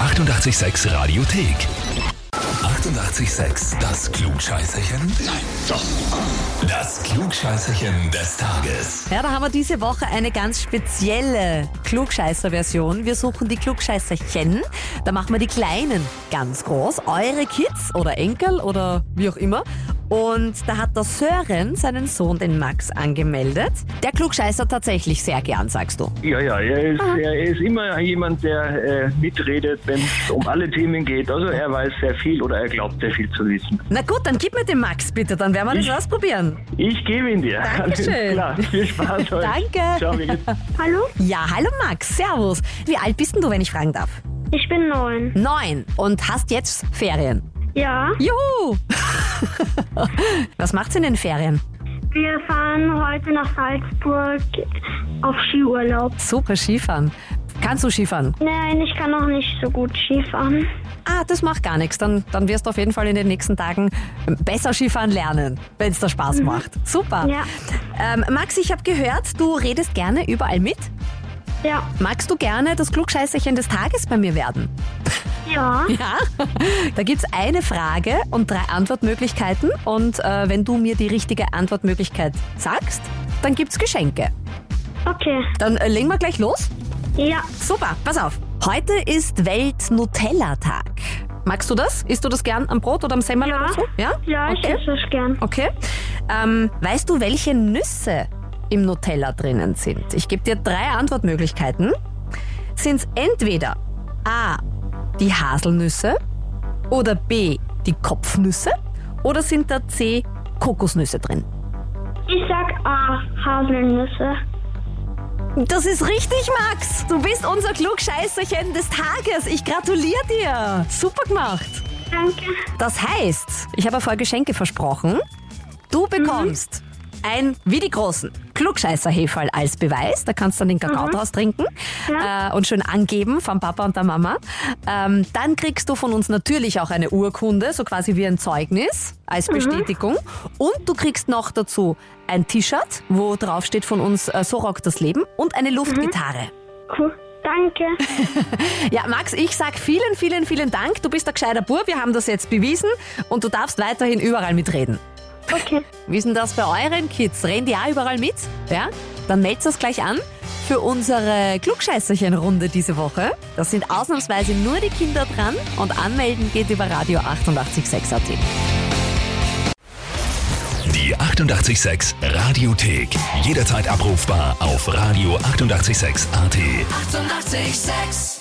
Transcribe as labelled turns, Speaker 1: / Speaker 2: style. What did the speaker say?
Speaker 1: 886 Radiothek. 88,6. Das Klugscheißerchen? Nein, doch. Das Klugscheißerchen des Tages.
Speaker 2: Ja, da haben wir diese Woche eine ganz spezielle Klugscheißer-Version. Wir suchen die Klugscheißerchen. Da machen wir die Kleinen ganz groß. Eure Kids oder Enkel oder wie auch immer. Und da hat der Sören seinen Sohn, den Max, angemeldet. Der Klugscheißer tatsächlich sehr gern, sagst du.
Speaker 3: Ja, ja, er ist,
Speaker 2: Ah.
Speaker 3: er ist immer jemand, der äh, mitredet, wenn es um alle Themen geht. Also er weiß sehr viel oder er glaubt sehr viel zu wissen.
Speaker 2: Na gut, dann gib mir den Max bitte, dann werden wir das ausprobieren.
Speaker 3: Ich gebe ihn dir.
Speaker 2: Dankeschön.
Speaker 3: Alles klar. Viel Spaß heute.
Speaker 2: Danke.
Speaker 3: Ciao, wie geht's?
Speaker 4: Hallo,
Speaker 2: Ja, hallo Max, servus. Wie alt bist denn du, wenn ich fragen darf?
Speaker 4: ich bin neun.
Speaker 2: Neun und hast jetzt Ferien.
Speaker 4: Ja,
Speaker 2: Juhu! Was macht's in den Ferien?
Speaker 4: wir fahren heute nach Salzburg auf Skiurlaub.
Speaker 2: Super Skifahren. Kannst du Skifahren?
Speaker 4: Nein, ich kann noch nicht so gut Skifahren.
Speaker 2: Ah, das macht gar nichts. Dann, dann wirst du auf jeden Fall in den nächsten Tagen besser Skifahren lernen, wenn es dir Spaß macht. Super.
Speaker 4: Ja.
Speaker 2: Ähm, Max, ich habe gehört, du redest gerne überall mit.
Speaker 4: Ja,
Speaker 2: Magst du gerne das Klugscheißerchen des Tages bei mir werden?
Speaker 4: ja,
Speaker 2: Ja. Da gibt's eine Frage und drei Antwortmöglichkeiten. Und äh, wenn du mir die richtige Antwortmöglichkeit sagst, dann gibt's Geschenke.
Speaker 4: okay.
Speaker 2: Dann äh, legen wir gleich los.
Speaker 4: Ja,
Speaker 2: Super, pass auf. Heute ist Welt-Nutella-Tag. Magst du das? Isst du das gern am Brot oder am Semmel
Speaker 4: Ja.
Speaker 2: oder so? Ja?
Speaker 4: ja, ich
Speaker 2: okay.
Speaker 4: esse es gern.
Speaker 2: Okay. Ähm, weißt du, welche Nüsse im Nutella drinnen sind? Ich gebe dir drei Antwortmöglichkeiten. Sind es entweder A, die Haselnüsse oder B, die Kopfnüsse oder sind da C, Kokosnüsse drin?
Speaker 4: Ich sag A, Haselnüsse.
Speaker 2: Das ist richtig, Max. Du bist unser Klugscheißerchen des Tages. Ich gratuliere dir. Super gemacht.
Speaker 4: Danke.
Speaker 2: Das heißt, ich habe vorher Geschenke versprochen. Du bekommst ein, wie die großen, Klugscheißer-Hefall als Beweis. Da kannst du dann den Kakao draus trinken
Speaker 4: Ja.
Speaker 2: äh, und schön angeben vom Papa und der Mama. Ähm, dann kriegst du von uns natürlich auch eine Urkunde, so quasi wie ein Zeugnis als Bestätigung. Und du kriegst noch dazu ein T-Shirt, wo drauf steht von uns, äh, so rockt das Leben, und eine Luftgitarre.
Speaker 4: Cool. Danke.
Speaker 2: Ja, Max, ich sag vielen, vielen, vielen Dank. Du bist ein gescheiter Bub, wir haben das jetzt bewiesen und du darfst weiterhin überall mitreden.
Speaker 4: Okay.
Speaker 2: Wie ist denn das bei euren Kids? Reden die auch überall mit? Ja? Dann meldet das gleich an für unsere Klugscheißerchen-Runde diese Woche. Da sind ausnahmsweise nur die Kinder dran und anmelden geht über Radio 886 AT.
Speaker 1: Die 88,6 Radiothek. Jederzeit abrufbar auf radio886.at. 88,6.
Speaker 5: Eighty-eight, sex.